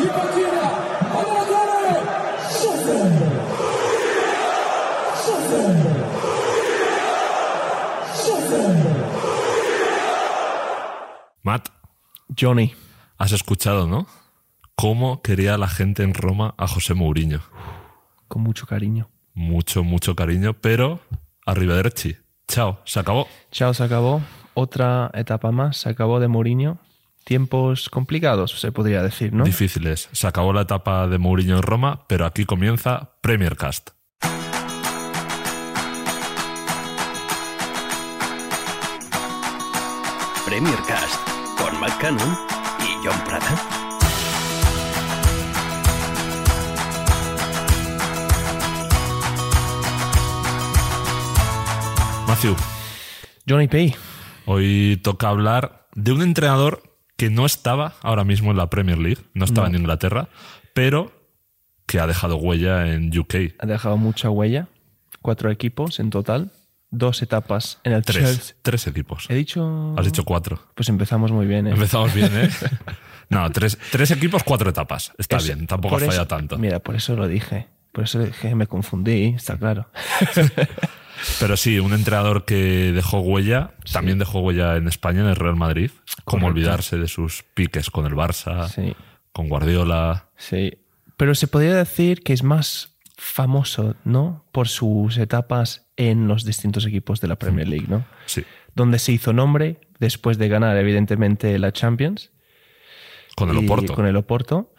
¡Y partida! ¡Vamos Matt, Johnny. has escuchado, ¿no? Cómo quería la gente en Roma a José Mourinho. Con mucho cariño. Mucho, mucho cariño, pero arrivederci. Chao, se acabó. Chao, se acabó. Otra etapa más. Se acabó de Mourinho. Tiempos complicados, se podría decir, ¿no? Difíciles. Se acabó la etapa de Mourinho en Roma, pero aquí comienza Premier Cast. Premier Cast con Matt Cannon y John Prada. Matthew, Johnny Pay. hoy toca hablar de un entrenador que no estaba ahora mismo en la Premier League, no estaba en Inglaterra, pero que ha dejado huella en UK. Ha dejado mucha huella. Cuatro equipos en total. Dos etapas en el Chelsea. Tres, tres equipos. He dicho. Has dicho cuatro. Pues empezamos muy bien. ¿eh? Empezamos bien, ¿eh? No, tres, tres equipos, cuatro etapas. Está Es- bien, tampoco has por eso- fallado tanto. Mira, por eso lo dije. Por eso dije que me confundí, está claro. Pero sí, un entrenador que dejó huella, también dejó huella en España, en el Real Madrid. Como Correcto. olvidarse de sus piques con el Barça, Sí, con Guardiola. sí. Pero se podría decir que es más famoso, ¿no? Por sus etapas en los distintos equipos de la Premier League, ¿no? Sí, Donde se hizo nombre después de ganar, evidentemente, la Champions. con el y- Oporto. Con el Oporto.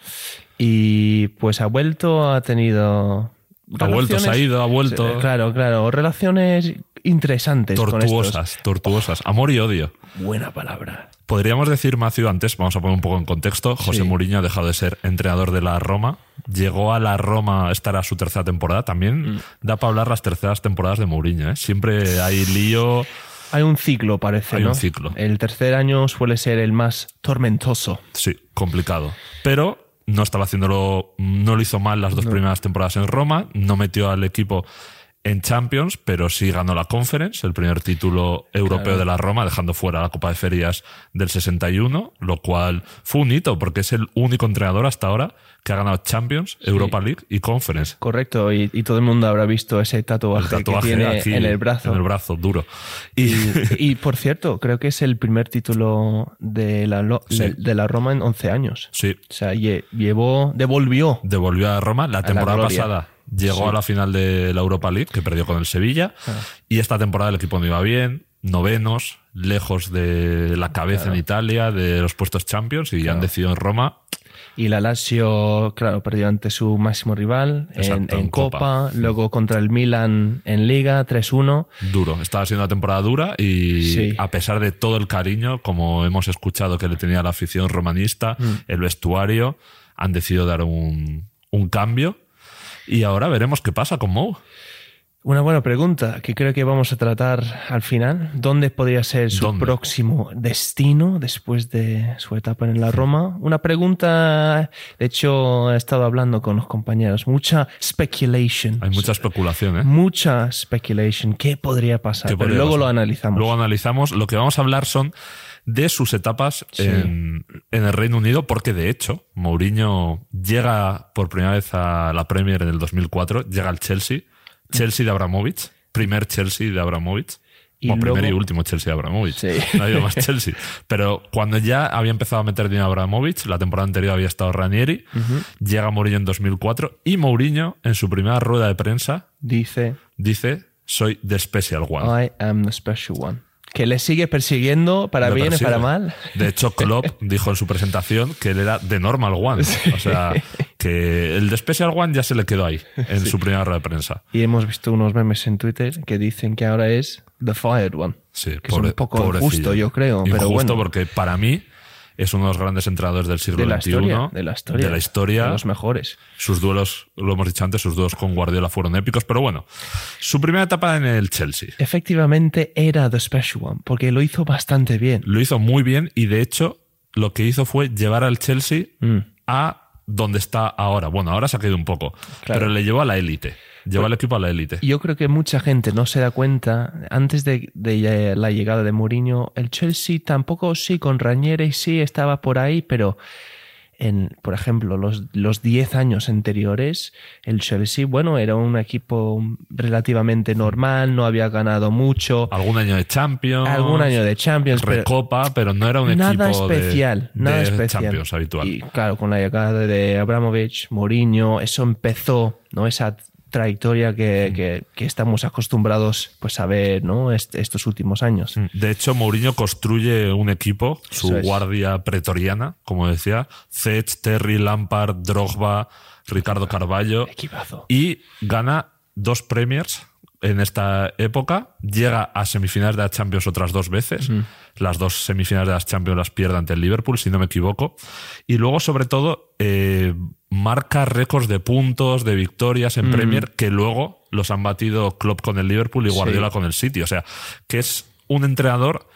Y pues ha vuelto, ha tenido. Ha vuelto, se ha ido, ha vuelto. Claro, claro. Relaciones interesantes. con estos. Tortuosas, tortuosas. Amor y odio. Buena palabra. Podríamos decir, Macio, antes, vamos a poner un poco en contexto, José Sí. Mourinho ha dejado de ser entrenador de la Roma, llegó a la Roma, esta era su tercera temporada, también da para hablar las terceras temporadas de Mourinho, ¿eh? siempre hay lío, Hay un ciclo, parece. Hay ¿no? un ciclo. El tercer año suele ser el más tormentoso. sí, complicado, pero no estaba haciéndolo, no lo hizo mal las dos primeras temporadas en Roma, no metió al equipo en Champions, pero sí ganó la Conference, el primer título europeo de la Roma, dejando fuera la Copa de Ferias del 61, lo cual fue un hito, porque es el único entrenador hasta ahora que ha ganado Champions, Europa League y Conference. Correcto. Y, y todo el mundo habrá visto ese El tatuaje, tatuaje que tiene aquí, en el brazo. En el brazo, duro. Y, Y, y, por cierto, creo que es el primer título de la, lo- Sí. de, de la Roma en 11 años. sí, O sea, lle- llevó, devolvió devolvió a Roma la temporada gloria. pasada. Llegó Sí. Ah. a la final de la Europa League, que perdió con el Sevilla. Y esta temporada el equipo no iba bien, novenos, lejos de la cabeza en Italia, de los puestos Champions, y han decidido en Roma. Y la Lazio, claro, perdió ante su máximo rival en- Exacto, en, en Copa. Copa, luego contra el Milan en Liga 3-1. Duro, estaba siendo una temporada dura y Sí. a pesar de todo el cariño, como hemos escuchado que le tenía la afición romanista, Mm. el vestuario, han decidido dar un, un cambio y ahora veremos qué pasa con Mou. Una buena pregunta que creo que vamos a tratar al final. ¿Dónde podría ser su ¿Dónde? próximo destino después de su etapa en la Roma? Una pregunta, de hecho, he estado hablando con los compañeros. Mucha speculation. Hay mucha especulación, ¿eh? Mucha speculation. ¿Qué podría pasar? ¿Qué Pero podría luego pasar? lo analizamos. Luego analizamos. Lo que vamos a hablar son de sus etapas Sí. en, en el Reino Unido, porque de hecho, Mourinho llega por primera vez a la Premier en el 2004, llega al Chelsea, Chelsea de Abramovich, primer Chelsea de Abramovich. Y Bueno, primer y luego- último Chelsea de Abramovich. Sí. No ha habido más Chelsea. Pero cuando ya había empezado a meter dinero Abramovich, la temporada anterior había estado Ranieri, llega Mourinho en 2004 y Mourinho, en su primera rueda de prensa, Dice, dice: Soy the special one. I am the special one. Que le sigue persiguiendo para Me bien persigue. y para mal. De hecho, Klopp dijo en su presentación que él era The Normal One. O sea, que el de Special One ya se le quedó ahí, en su primera rueda de prensa. Y hemos visto unos memes en Twitter que dicen que ahora es The Fired One. Sí, que es un poco pobrecillo. injusto, yo creo. pero Injusto bueno, porque para mí es uno de los grandes entrenadores del siglo de la, XXI. historia, de la historia. de la historia. de los mejores. Sus duelos, lo hemos dicho antes, sus duelos con Guardiola fueron épicos. Pero bueno, su primera etapa en el Chelsea. Efectivamente era The Special One, porque lo hizo bastante bien. Lo hizo muy bien y de hecho lo que hizo fue llevar al Chelsea Mm. a donde está ahora. Bueno, ahora se ha caído un poco, Claro. pero le llevó a la élite. Llevó al equipo a la élite. Yo creo que mucha gente no se da cuenta, antes de, de la llegada de Mourinho, el Chelsea tampoco, sí, con Ranieri sí estaba por ahí, pero en, por ejemplo, los, los 10 años anteriores, el Chelsea, bueno, era un equipo relativamente normal, no había ganado mucho, Algún año de Champions. algún año de Champions, pero Recopa, pero no era un nada equipo de- especial, de, nada especial. Champions habitual. Y claro, con la llegada de Abramovich, Mourinho, eso empezó, ¿no? Esa trayectoria que, que- que estamos acostumbrados pues a ver, ¿no? Est- estos últimos años. Mm. De hecho, Mourinho construye un equipo, su Eso es. guardia pretoriana, como decía, Zech, Terry, Lampard, Drogba, Ricardo Carballo, Equipazo. y gana dos Premiers en esta época, llega a semifinales de la Champions otras dos veces, las dos semifinales de las Champions las pierde ante el Liverpool, si no me equivoco, y luego sobre todo eh, marca récords de puntos, de victorias en Premier, que luego los han batido Klopp con el Liverpool y Guardiola con el City, o sea, que es un entrenador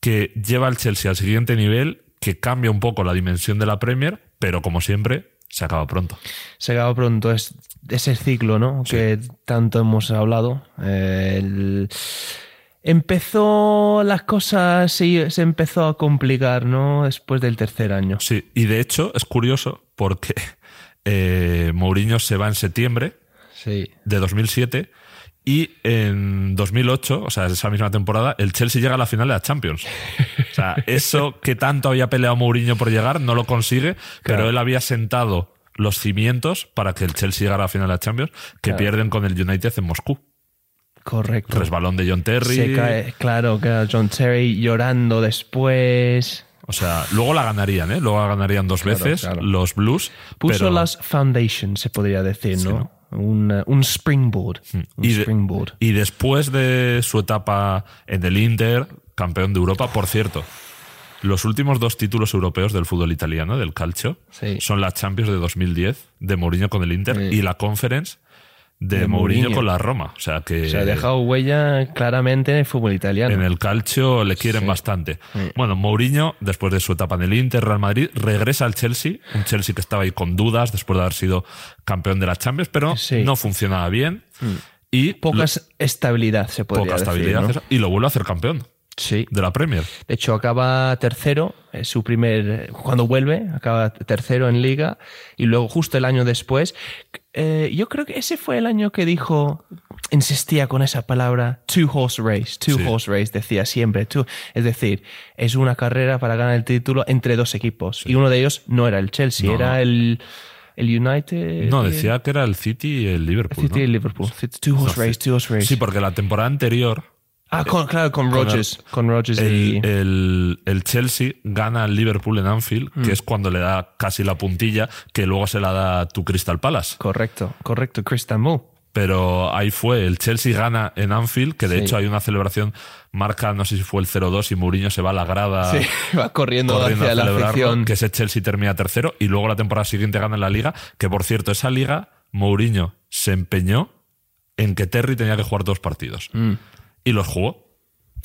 que lleva al Chelsea al siguiente nivel, que cambia un poco la dimensión de la Premier, pero como siempre, se acaba pronto. se acaba pronto es, ese ciclo, ¿no? Que tanto hemos hablado. Eh, el- Empezó las cosas y se empezó a complicar, ¿no? Después del tercer año. Sí, y de hecho es curioso porque eh, Mourinho se va en septiembre Sí. de 2007 y en 2008, o sea, esa misma temporada, el Chelsea llega a la final de la Champions. O sea, eso que tanto había peleado Mourinho por llegar no lo consigue, pero él había sentado los cimientos para que el Chelsea llegara a la final de la Champions, que Claro. pierden con el United en Moscú. Correcto. Resbalón de John Terry. Se cae, claro, claro, John Terry llorando después. O sea, luego la ganarían, ¿eh? Luego la ganarían dos veces claro. los Blues. Puso pero- las foundations, se podría decir, Sí, Mm. ¿no? Un, eh, un springboard. Un Y de- springboard. Y después de su etapa en el Inter, campeón de Europa, por cierto, los últimos dos títulos europeos del fútbol italiano, del calcio, Sí. son la Champions de 2010 de Mourinho con el Inter Sí. y la Conference de, De Mourinho, Mourinho. con la Roma. O sea que O sea, ha dejado huella claramente en el fútbol italiano. Eh, en el calcio le quieren bastante. Bueno, Mourinho, después de su etapa en el Inter, Real Madrid, regresa al Chelsea, un Chelsea que estaba ahí con dudas después de haber sido campeón de las Champions, pero Sí. Mm. no funcionaba bien. Y Poca lo- es- estabilidad, se podría poca decir. estabilidad ¿no? eso, y lo vuelve a hacer campeón Sí. de la Premier. De hecho, acaba tercero, eh, su primer. eh, Cuando vuelve, acaba tercero en Liga. Y luego, justo el año después. eh, yo creo que ese fue el año que dijo. Insistía con esa palabra, two horse race, two Sí. horse race, decía siempre. two- es decir, es una carrera para ganar el título entre dos equipos. Y uno de ellos no era el Chelsea, No, era no. El, el United. eh, No, decía que era el City y el Liverpool. City ¿no? y Liverpool. Two horse race, two horse race. Sí, porque la temporada anterior ah, con- claro, con con Rogers. Con Rogers y. el, el- el Chelsea gana al Liverpool en Anfield, Mm. que es cuando le da casi la puntilla que luego se la da tu Crystal Palace. Correcto, correcto, Crystal Moore. Pero ahí fue, el Chelsea gana en Anfield, que de Sí. hecho hay una celebración, marca, no sé si fue el 0-2 y Mourinho se va a la grada. Sí, va corriendo, Ah. corriendo a hacia la celebrarlo, afición. que ese Chelsea termina tercero y luego la temporada siguiente gana en la liga, que por cierto, esa liga Mourinho se empeñó en que Terry tenía que jugar dos partidos. Y los jugó,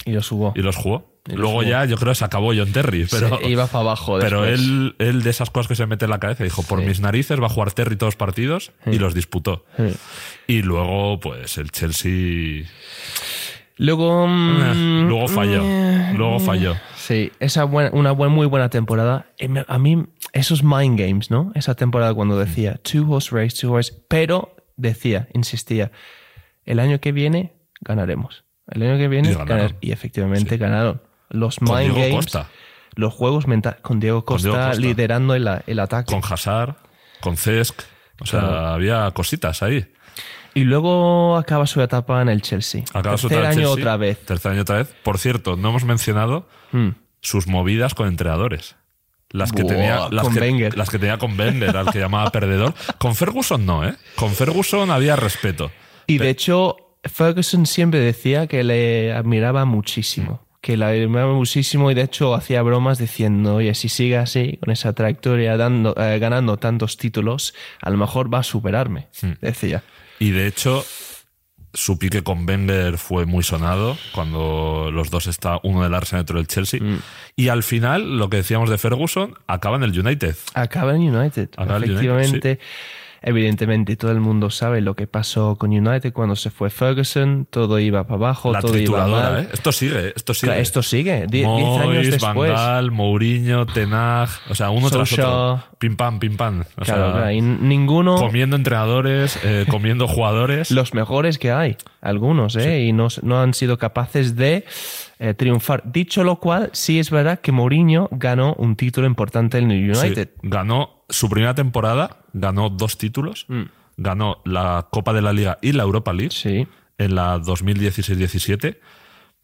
Mm. Y lo subo. y los jugó. los luego jugó. ya yo creo que se acabó John Terry, pero Sí, iba para abajo. pero después. él, él de esas cosas que se mete en la cabeza dijo, por mis narices va a jugar Terry todos los partidos y los disputó. Y luego, pues el Chelsea Luego. mm, luego falló. eh, Luego falló. Sí, esa buena, una buen- muy buena temporada. Y me- A mí, esos mind games, ¿no? Esa temporada cuando decía two horse race, two horse. Pero decía, insistía, el año que viene ganaremos. El año que viene Y ganaron. ganar- Y efectivamente ganaron. Los Con mind Diego games. Costa. Los juegos mentales. Con Diego Con Costa, Diego Costa. liderando el, el ataque. con Hazard, con Cesc. O sea, Claro. había cositas ahí. Y luego acaba su etapa en el Chelsea. Acabas Tercer otra vez año Chelsea, Mm. otra vez. Mm. Tercer año otra vez. Por cierto, no hemos mencionado sus movidas con entrenadores. Las que, Buah, tenía, las, con que, Wenger. las que tenía con Wenger, al que llamaba perdedor. Con Ferguson no, ¿eh? Con Ferguson había respeto. Y de hecho, Ferguson siempre decía que le admiraba muchísimo. Que le admiraba muchísimo y de hecho hacía bromas diciendo, oye, si sigue así, con esa trayectoria, dando, eh, ganando tantos títulos, a lo mejor va a superarme, Mm. decía. Y de hecho, su pique con Wenger fue muy sonado cuando los dos está uno del Arsenal y otro del Chelsea. Mm. Y al final, lo que decíamos de Ferguson, acaba en el United. Acaba en United, Acaba en United, efectivamente. Evidentemente, todo el mundo sabe lo que pasó con United cuando se fue Ferguson, todo iba para abajo, La todo iba mal. trituradora, ¿eh? Esto sigue, ¿eh? esto sigue. Claro, Esto sigue, die- 10 años Moyes, Van después. Gaal, Mourinho, Tenag, o sea, uno tras Solskjaer, otro. pim pam, pim pam. O Claro, sea, claro, y ninguno. comiendo entrenadores, eh, comiendo jugadores. Los mejores que hay, algunos, ¿eh? Y no, no han sido capaces de eh, triunfar. Dicho lo cual, sí es verdad que Mourinho ganó un título importante en el Sí, United. ganó su primera temporada, ganó dos títulos. Ganó la Copa de la Liga y la Europa League. Mm. Sí. en la 2016-17.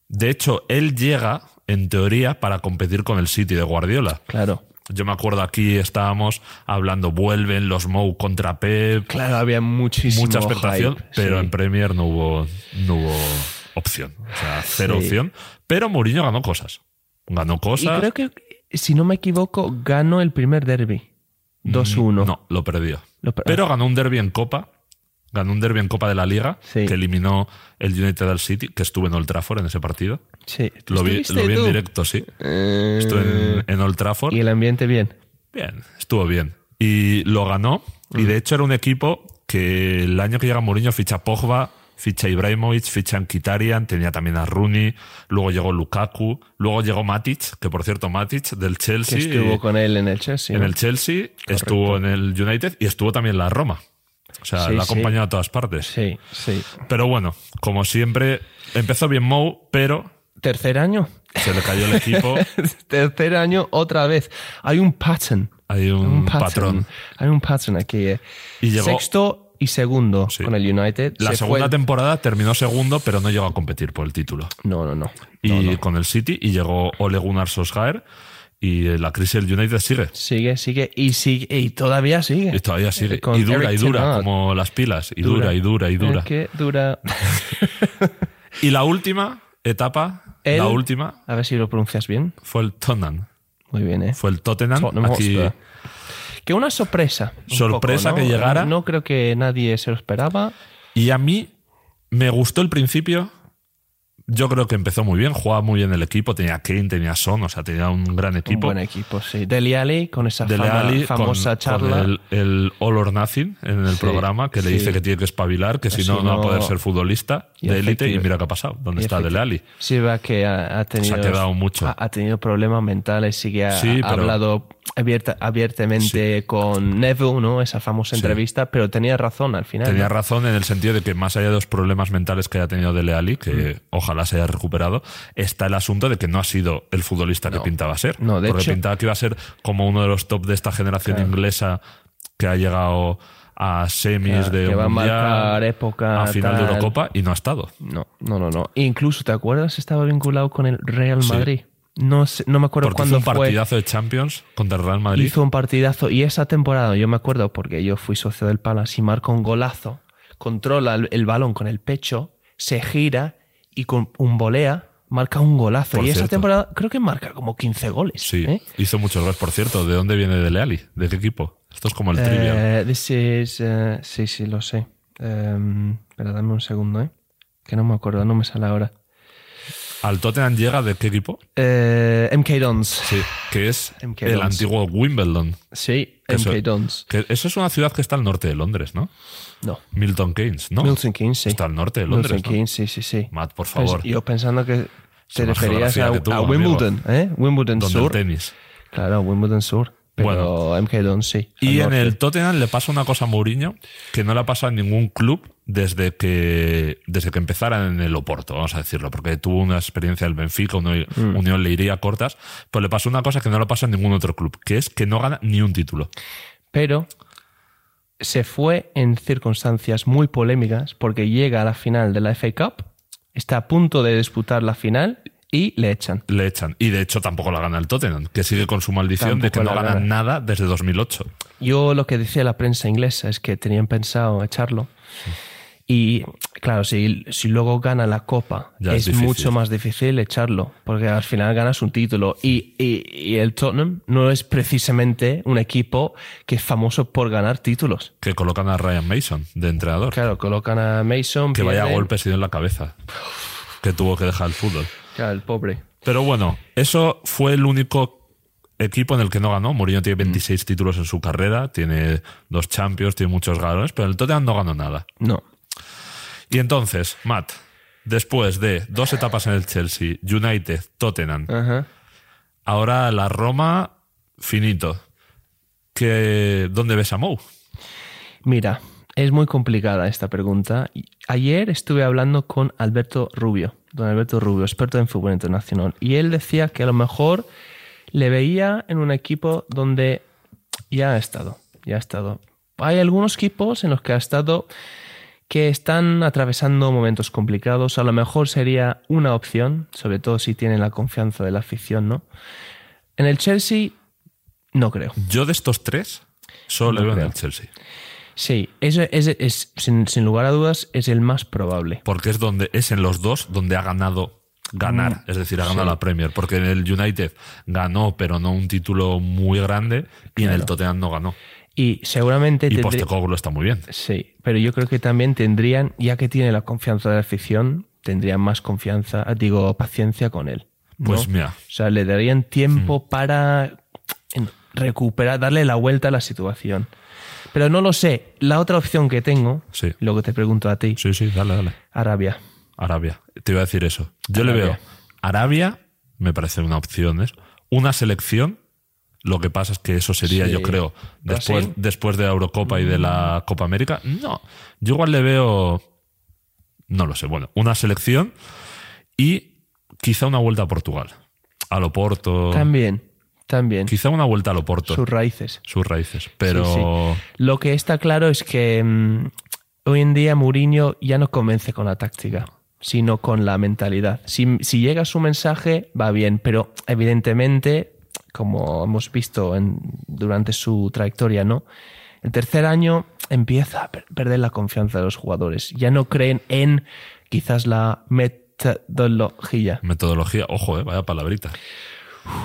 De hecho, él llega, en teoría, para competir con el City de Guardiola. claro. Yo me acuerdo aquí estábamos hablando, vuelven los Mou contra Pep, Claro, había muchísimo mucha expectación, hype, pero sí. en Premier no hubo, no hubo opción. O sea, cero Sí. opción. Pero Mourinho ganó cosas. Ganó cosas. Y creo que, si no me equivoco, ganó el primer derby. 2-1. Mm, No, lo perdió. Lo per- Pero ganó un derby en Copa. Ganó un derby en Copa de la Liga, Sí. que eliminó el United al City, que estuve en Old Trafford en ese partido. Sí. Lo vi, ¿Estuviste lo vi en tú? directo, sí. Eh, Estuvo en, en Old Trafford. Y el ambiente bien. Bien, estuvo bien. Y lo ganó. Y Mm. de hecho era un equipo que el año que llega Mourinho ficha Pogba, ficha Ibrahimovic, ficha Ankitarian, tenía también a Rooney, luego llegó Lukaku, luego llegó Matic, que por cierto Matic del Que Chelsea, eh, estuvo con él en el Chelsea. en ¿no? el Chelsea, estuvo en el United y estuvo también en la Roma. O sea, Sí, la ha sí. acompañado a todas partes. Sí, sí. Pero bueno, como siempre, empezó bien Mou, pero Tercer año. se le cayó el equipo. Tercer año otra vez. Hay un pattern. Hay un, patrón. Hay un pattern aquí. eh. Y llegó- Sexto y segundo Sí. con el United. La Se segunda fue- temporada terminó segundo, pero no llegó a competir por el título. No, no, no. Y No, no. con el City y llegó Ole Gunnar Solskjaer y eh, la crisis del United sigue. Sigue, sigue y sigue y todavía sigue. Y todavía sigue. Eh, Con y dura Eric y Ten dura, Hag. como las pilas. Y dura, y dura, y dura. Es que dura. Y la última etapa, El- la última, A ver si lo pronuncias bien. fue el Tottenham. Muy bien, ¿eh? Fue el Tottenham. Tottenham Aquí- Hotspur. Que una sorpresa. un Sorpresa poco, ¿no? que llegara. No creo que nadie se lo esperaba. y a mí me gustó el principio. Yo creo que empezó muy bien, jugaba muy bien el equipo, tenía Kane, tenía Son, o sea, tenía un gran Un equipo. buen equipo, sí. Deli Ali con esa Dele fama- Alli con- famosa con charla. el, el All or Nothing en el Sí, programa, que le sí. dice que tiene que espabilar, que si, no, si no va a no- poder ser futbolista Y de élite. Y efectivo- mira qué ha pasado. ¿Dónde y está Dele Alli? Sí, va que ha, ha tenido. quedado mucho. Ha, ha tenido problemas mentales, sí que ha, Sí, ha pero- hablado abierta, abiertamente con Neville, ¿no? Esa famosa entrevista, pero tenía razón al final. Tenía ¿no? razón en el sentido de que más allá de los problemas mentales que haya tenido Dele Alli, que Mm. ojalá se haya recuperado, está el asunto de que no ha sido el futbolista que pintaba ser. No, de porque hecho- pintaba que iba a ser como uno de los top de esta generación inglesa que ha llegado a semis Claro, de que va a un mundial, marcar época, a final de tal. Eurocopa y no ha estado. No, no, no, no. Incluso, ¿te acuerdas? Estaba vinculado con el Real Madrid. No, sé- no me acuerdo Porque hizo cuándo un fue. partidazo de Champions contra el Real Madrid. Hizo un partidazo. Y esa temporada, yo me acuerdo, porque yo fui socio del Palace y marca un golazo, controla el, el balón con el pecho, se gira y con un volea marca un golazo. Por y esa cierto. temporada creo que marca como 15 goles. Sí, ¿eh? hizo muchos goles. Por cierto, ¿de dónde viene Dele Alli? ¿De qué equipo? Esto es como el trivial. Eh, this is, eh, sí, sí, lo sé. Em, espera, dame un segundo, ¿eh? Que no me acuerdo, no me sale ahora. ¿Al Tottenham llega de qué equipo? Eh, MK Dons. Sí, que es MK el Dons. antiguo Wimbledon. Sí, Que eso- MK Dons. Que eso es una ciudad que está al norte de Londres, ¿no? No. Milton Keynes, ¿no? Milton Keynes, sí. Está al norte de Londres, Milton ¿no? Keynes, sí, sí, sí. Matt, por Pens- favor. yo pensando que te más referías a, geografía que tú, a amigo. Wimbledon, ¿eh? Wimbledon donde Sur. el tenis. Claro, Wimbledon Sur. Pero MK Don sí. Y Al en norte. el Tottenham le pasa una cosa a Mourinho que no le ha pasado a ningún club desde que, desde que empezara en el Oporto, vamos a decirlo, porque tuvo una experiencia del Benfica, una Mm. Unión le iría cortas, pero le pasó una cosa que no le pasa a ningún otro club, que es que no gana ni un título. Pero se fue en circunstancias muy polémicas porque llega a la final de la FA Cup, está a punto de disputar la final y le echan. Le echan. Y de hecho tampoco la gana el Tottenham, que sigue con su maldición de que Tampoco no la gana gana. nada desde 2008. Yo lo que decía la prensa inglesa es que tenían pensado echarlo. Y claro, si, si luego gana la copa, Ya es es, difícil. mucho más difícil echarlo, porque al final ganas un título. Y, y- y el Tottenham no es precisamente un equipo que es famoso por ganar títulos. Que colocan a Ryan Mason de entrenador. Claro, ¿eh? colocan a Mason. que vaya pierden. golpe se dio en la cabeza. Que tuvo que dejar el fútbol. Claro, el pobre. Pero bueno, eso fue el único equipo en el que no ganó. Mourinho tiene Mm. 26 títulos en su carrera, tiene dos Champions, tiene muchos galones, pero el Tottenham no ganó nada. No. Y entonces, Matt, después de dos etapas en el Chelsea, United, Tottenham, Ajá. ahora la Roma, finito. que, ¿dónde ves a Mou? Mira, es muy complicada esta pregunta. Y Ayer estuve hablando con Alberto Rubio, don Alberto Rubio, experto en fútbol internacional, y él decía que a lo mejor le veía en un equipo donde ya ha estado, ya ha estado. Hay algunos equipos en los que ha estado que están atravesando momentos complicados. A lo mejor sería una opción, sobre todo si tienen la confianza de la afición, ¿no? En el Chelsea, no creo. Yo de estos tres, solo No le veo en creo. el Chelsea. Sí, ese es, es- sin, sin lugar a dudas es el más probable. Porque es donde, es en los dos donde ha ganado ganar, es decir, ha ganado la Premier. Porque en el United ganó, pero no un título muy grande, y en el Tottenham no ganó. Y seguramente Y tendrí- Postecoglou está muy bien. Sí, pero yo creo que también tendrían, ya que tiene la confianza de la afición, tendrían más confianza, digo, paciencia con él. ¿no? Pues mira. Mm. O sea, le darían tiempo para en- recuperar, darle la vuelta a la situación. Pero no lo sé. La otra opción que tengo, Sí. luego te pregunto a ti, Sí, sí, dale, dale. Arabia. Arabia. Te iba a decir eso. Yo le Arabia. veo Arabia, me parece una opción, ¿eh? una selección. Lo que pasa es que eso sería, Sí. ¿Ah, Mm. yo creo, después, ¿Brasil? después de la Eurocopa y de la Copa América. No, yo igual le veo, no lo sé, bueno, una selección y quizá una vuelta a Portugal, a Loporto. También, también. Oh. Quizá una vuelta a Loporto, Sus raíces. sus raíces. Pero Sí, sí. Lo que está claro es que mm, hoy en día Mourinho ya no convence con la táctica, sino con la mentalidad. Si, si llega su mensaje, va bien, pero evidentemente, como hemos visto en- durante su trayectoria, ¿no? El tercer año empieza a per- perder la confianza de los jugadores. Ya no creen en quizás la metodología. metodología, ojo, eh, vaya palabrita.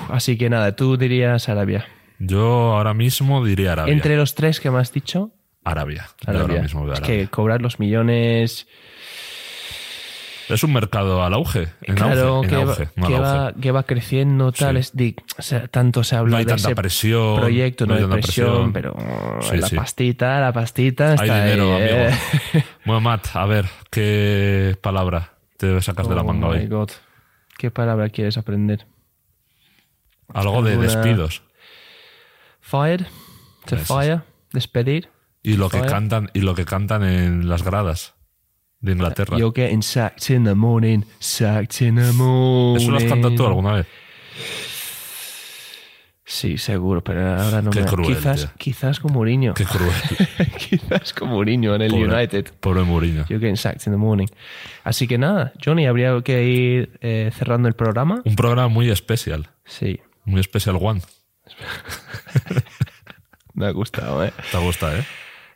Así que nada, tú dirías Arabia. Yo ahora mismo diría Arabia. Entre los tres que me has dicho, Arabia. Yo Ahora Ahora bien, mismo veo es Arabia. que cobrar los millones. Es un mercado al auge. En claro, auge. en que, auge, va, no al que va- auge. que va creciendo, tal. Sí. es di- o sea, tanto se habla No hay de tanta ese presión, proyecto, no, no hay hay tanta presión. presión, pero uh, Sí, la sí. pastita, la pastita Hay está dinero, ahí, ¿eh? amigo. Bueno, Matt, a ver, ¿qué palabra te sacas de la Oh manga my hoy? God. ¿Qué palabra quieres aprender? Algo de Alguna- despidos. Fire, to Eso es. fire, despedir. Y lo que Joder. cantan, y lo que cantan en las gradas de Inglaterra. You're getting sacked in the morning, sacked in the morning. ¿Eso lo has cantado tú alguna vez? Sí, seguro, pero ahora no Qué me... cruel, quizás, tío. quizás con Mourinho. Qué cruel. Quizás como Mourinho en el Pobre- United. Pobre Mourinho. You're getting sacked in the morning. Así que nada, Johnny, habría que ir eh, cerrando el programa. Un programa muy especial. Sí, Muy especial one. me ha gustado, ¿eh? Te gusta, ¿eh?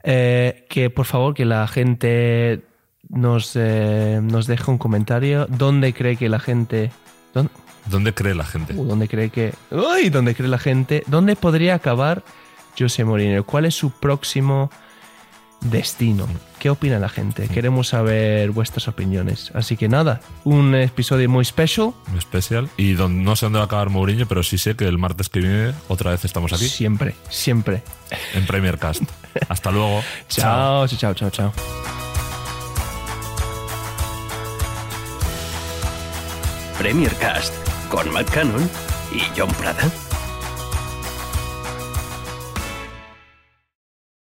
Eh, que por favor que la gente nos, eh, nos deje un comentario. ¿Dónde cree que la gente... dónde- ¿Dónde cree la gente? Uh, ¿Dónde cree que.? ¡Uy! ¿Dónde cree la gente? ¿Dónde podría acabar José Mourinho? ¿Cuál es su próximo destino? ¿Qué opina la gente? Queremos saber vuestras opiniones. Así que nada, un episodio muy special. Muy especial. Y don- no sé dónde va a acabar Mourinho, pero sí sé que el martes que viene otra vez estamos aquí Siempre, siempre. en Premier Cast. Hasta luego. Chao, chao, chao, chao. chao. Premier Cast con Matt Cannon y John Prada.